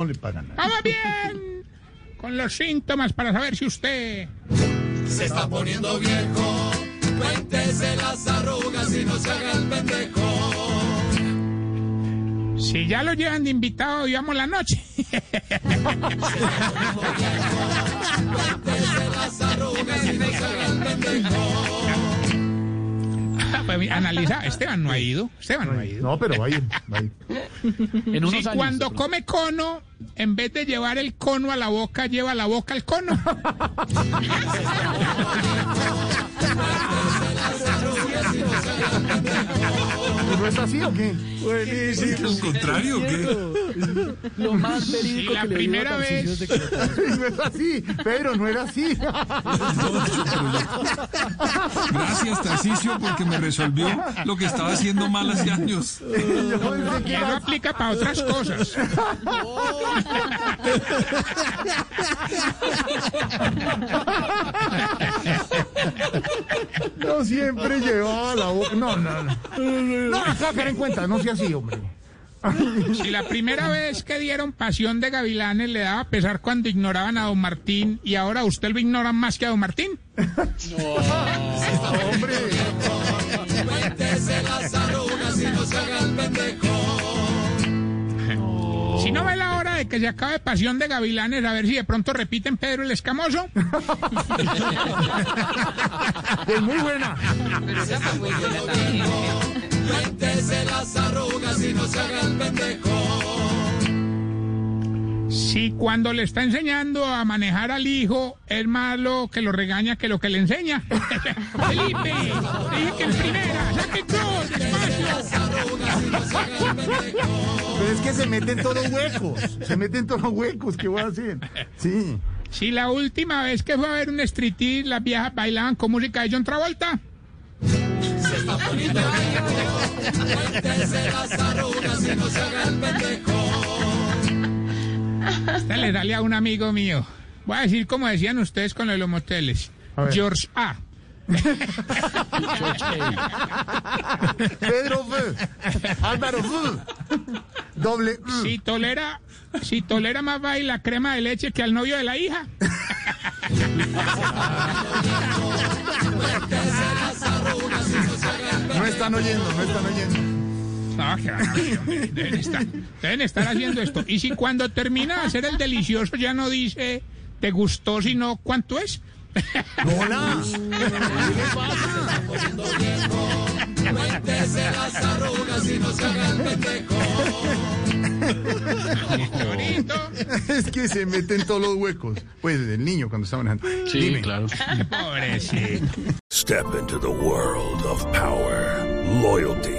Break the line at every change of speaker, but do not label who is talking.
No le pagan nada.
Vamos bien con los síntomas para saber si usted
Se está poniendo viejo, cuéntese las arrugas y no se haga el pendejo.
Si ya lo llevan de invitado, digamos la noche. Ah, pues mira, Analiza, Esteban no ha ido. Esteban no ha ido.
No, pero va a ir, va a ir.
En unos
Si
años,
cuando
pero-
come cono, en vez de llevar el cono a la boca, lleva la boca al cono.
Ah,
¿Y ¿No es así o qué?
Buenísimo. Lo contrario, ¿qué?
lo más verídico
la
que le digo
primera
a Tarcisio es de que-
Pues, No es así, Pedro, no era así.
Gracias, Tarcicio, porque me resolvió lo que estaba haciendo mal hace años.
Yo pensé que
Que no
era-
aplica para otras cosas.
No siempre llevaba la boca. No, no, no. No, acá, pero en cuenta, no sea así, hombre.
Si la primera vez que dieron pasión de gavilanes le daba pesar cuando ignoraban a don Martín y ahora a usted lo ignoran más que a don Martín.
Hombre,
Cuéntese las arrugas y no se haga el pendejo.
Si no ve la hora de que se acabe pasión de gavilanes, a ver si de pronto repiten Pedro el Escamoso.
es muy buena.
Cuéntese las arrugas y no se haga el pendejo.
Si cuando le está enseñando a manejar al hijo es más lo que lo regaña que lo que le enseña. Felipe, te dije que en primera, saque el cross, despacio.
Pero es que se meten todos los huecos. Se meten todos los huecos. ¿Qué voy a hacer? Sí.
Si la última vez que fue a ver un striptease, las viejas bailaban con música de John Travolta.
Cuéntese las arrugas y no se haga el pendejo.
Esta Este le sale a un amigo mío. Voy a decir como decían ustedes con lo de los moteles.
A ver.
George A.
Pedro F. Álvaro F. Doble F.
Si tolera, si tolera más va y la crema de leche que al novio de la hija.
No están oyendo, no están oyendo.
No, qué barbaridad, hombre. deben, estar, deben estar haciendo esto. Y si cuando termina de hacer el delicioso ya no dice te gustó, sino cuánto es.
Hola.
Cuéntese las arrugas y no se haga el pendejo.
Bonito.
Es que se meten todos los huecos. Pues el niño cuando está manejando.
Sí,
Dime.
claro.
Pobrecito.
Step into the world of power, loyalty,